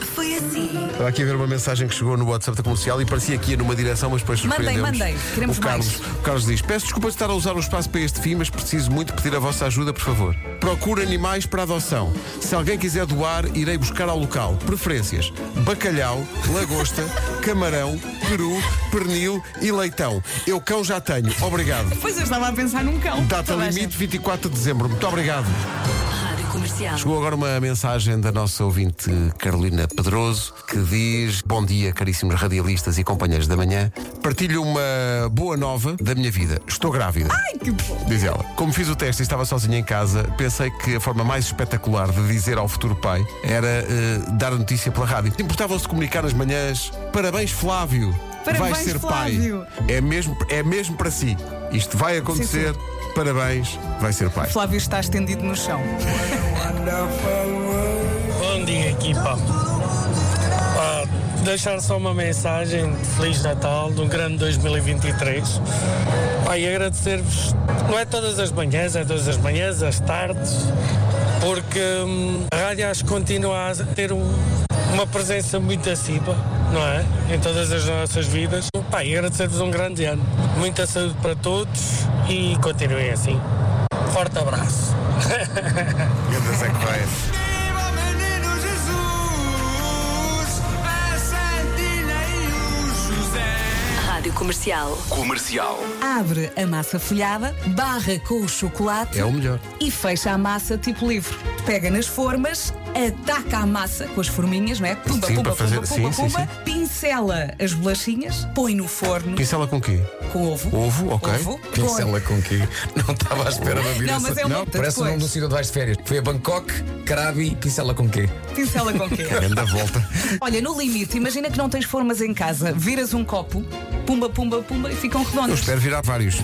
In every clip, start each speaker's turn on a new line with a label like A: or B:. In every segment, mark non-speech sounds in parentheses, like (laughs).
A: assim.
B: Estava aqui a ver uma mensagem que chegou no WhatsApp da comercial e parecia que ia numa direção, mas depois
A: Mandem,
B: surpreendemos.
A: mandem. Queremos
B: o Carlos, O Carlos diz: Peço desculpa de estar a usar o espaço para este fim, mas preciso muito pedir a vossa ajuda, por favor. Procuro animais para adoção. Se alguém quiser doar, irei buscar ao local. Preferências: bacalhau,
A: (laughs)
B: lagosta, camarão, peru, pernil e leitão. Eu cão já tenho. Obrigado.
A: Pois eu estava a pensar num cão.
B: Data
A: Toda a
B: limite
A: gente.
B: 24 de dezembro. Muito obrigado.
C: Rádio Comercial.
B: Chegou agora uma mensagem da nossa ouvinte Carolina Pedroso que diz: Bom dia, caríssimos radialistas e companheiros da manhã. Partilho uma boa nova da minha vida. Estou grávida.
A: Ai, que bom.
B: Diz ela. Como fiz o teste e estava sozinha em casa, pensei que a forma mais espetacular de dizer ao futuro pai era eh, dar a notícia pela rádio. Importavam-se de comunicar nas manhãs: Parabéns, Flávio!
A: Parabéns,
B: Vais ser
A: Flávio."
B: pai. É mesmo, é mesmo para si. Isto vai acontecer. Parabéns, vai ser pai.
A: Flávio está estendido no chão.
D: Bom dia, equipa. Ah, deixar só uma mensagem de Feliz Natal, de um grande 2023. Ah, e agradecer-vos, não é todas as manhãs, é todas as manhãs, as tardes, porque hum, a rádio acho que continua a ter um- uma presença muito assídua, não é? Em todas as nossas vidas. Pá, e agradecer-vos um grande ano. Muita saúde para todos e continuem assim. Forte abraço.
B: Grande Zé Correia.
E: Viva Menino Jesus, Santina e o José.
C: Rádio Comercial.
F: Comercial.
G: Abre a massa folhada, barra com o chocolate
B: É o melhor.
G: e fecha a massa tipo livro. Pega nas formas, ataca a massa com as forminhas, não é? Pumba,
B: Sim,
G: pumba,
B: para fazer-
G: pumba, pumba,
B: sim, sim,
G: pumba, pincela as bolachinhas, põe no forno
B: Pincela com o quê?
G: com ovo.
B: Ovo, ok.
G: Ovo,
H: Pincela com que não estava à espera de ouvir
G: Não,
H: essa-
G: mas é uma outra
H: Parece o nome
G: coisa.
H: do sítio onde vais de férias. Foi a Bangkok, Krabi, pincela com que
G: Põe- Pincela com quê?
B: Grande volta.
G: Olha, no limite, imagina que não tens formas em casa, viras um copo, pumba, pumba, pumba e ficam
B: Eu
G: redondas.
B: espero virar vários.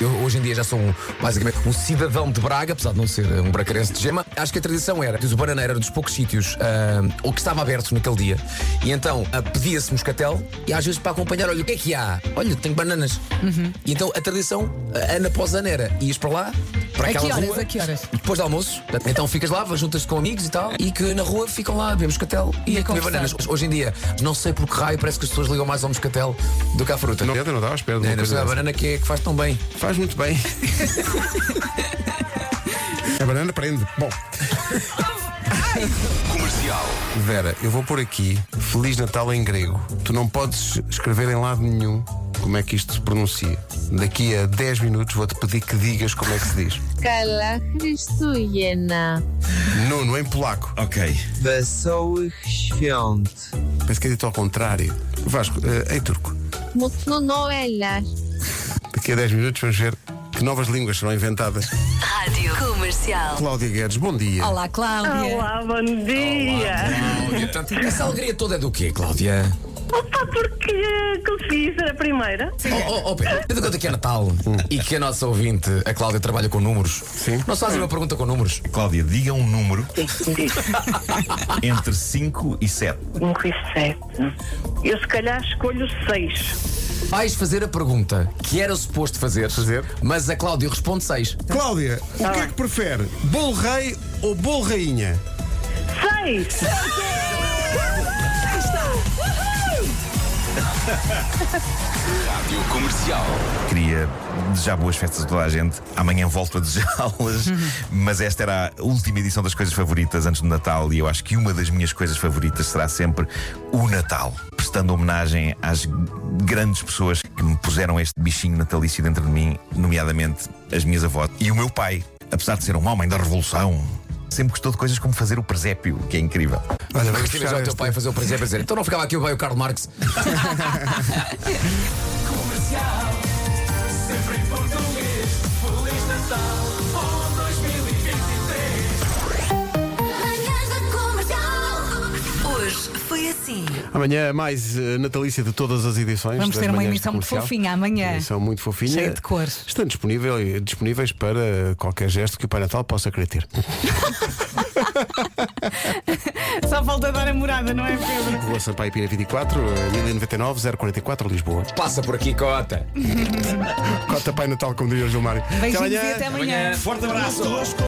H: Eu hoje em dia já sou um, basicamente um cidadão de Braga, apesar de não ser um bracarense de gema. Acho que a tradição era, diz o bananeiro, era dos poucos sítios ah, ou que estava aberto naquele dia. E então ah, pedia-se moscatel e às vezes para acompanhar, olha, o que é que há? Olha, tenho bananas.
G: Uhum.
H: E então a tradição, ah, ano após ano, era ias para lá, para
G: A que
H: aquela
G: horas,
H: rua.
G: a que horas?
H: Depois do almoço, então ficas lá, juntas-te com amigos e tal, e que na rua ficam lá a beber moscatel e,
G: E a
H: a comer
G: conversar.
H: bananas. Hoje em dia, não sei por que raio, parece que as pessoas ligam mais ao moscatel do que à fruta.
B: Não, eu não estava à espera de
H: É,
B: uma
H: deve ser
B: coisa
H: a
B: dessa.
H: banana que, é, que faz tão bem.
B: Faz muito bem. (laughs) A banana prende. Bom,
F: Comercial.
B: Vera, eu vou pôr aqui Feliz Natal em grego. Tu não podes escrever em lado nenhum como é que isto se pronuncia. Daqui a 10 minutos vou-te pedir que digas como é que se diz.
I: Καλά Χριστούγεννα.
B: Nuno, em polaco.
J: Okej.
E: Wesołych świąt.
B: Parece que é dito ao contrário. Vasco, eh, em turco.
I: Μουθνού Νόελα.
B: Daqui a 10 minutos vamos ver que novas línguas serão (laughs) inventadas.
C: Rádio Comercial.
B: Cláudia Guedes, bom dia.
G: Olá, Cláudia.
K: Olá, Ah, bom dia!
H: Portanto, essa alegria toda é do quê, Cláudia?
K: Opa, porque consegui ser a primeira?
H: Oh, oh, oh, Pedro, tendo em conta que é Natal e que a nossa ouvinte, a Cláudia, trabalha com números, Sim. nós fazemos uma pergunta com números.
J: Cláudia, diga um número entre 5 e 7.
K: Morri sete. Eu se calhar escolho seis.
H: Vais fazer a pergunta que era suposto fazer,
B: Fazer.
H: mas a Cláudia responde 6.
G: Tá
B: Cláudia, o que é que prefere? Bolo rei ou bolo rainha?
K: Seis!
F: Rádio Comercial.
J: Queria desejar boas festas a toda a gente. Amanhã volto a desejá-las, mas esta era a última edição das coisas favoritas antes do Natal e eu acho que uma das minhas coisas favoritas será sempre o Natal. Prestando homenagem às grandes pessoas que me puseram este bichinho natalício dentro de mim, nomeadamente as minhas avós e o meu pai, apesar de ser um homem da Revolução. Sempre gostou de coisas como fazer o presépio, que é incrível.
B: Olha,
H: Mas imagina já o teu pai a fazer o presépio a dizer, então não ficava aqui o bem o Karl Marx.
C: Hoje foi assim.
B: Amanhã a mais eh, natalícia de todas as edições.
G: Vamos
B: das
G: ter uma
B: manhãs
G: emissão
B: da
G: muito
B: Comercial.
G: fofinha amanhã.
B: Uma
G: (laughs)
B: Emissão muito fofinha.
G: Cheia de cores.
B: Estão disponível, eh, disponíveis para qualquer gesto que o Pai Natal possa querer (laughs) ter.
A: Só falta dar a morada, não é, Pedro?
B: Rua Sampaio Pina 24, eh, 1099 044 Lisboa.
H: Passa por aqui, cota.
B: Cota Pai Natal, como diria o Gilmário.
G: Beijinhos e até amanhã.
J: Forte abraço!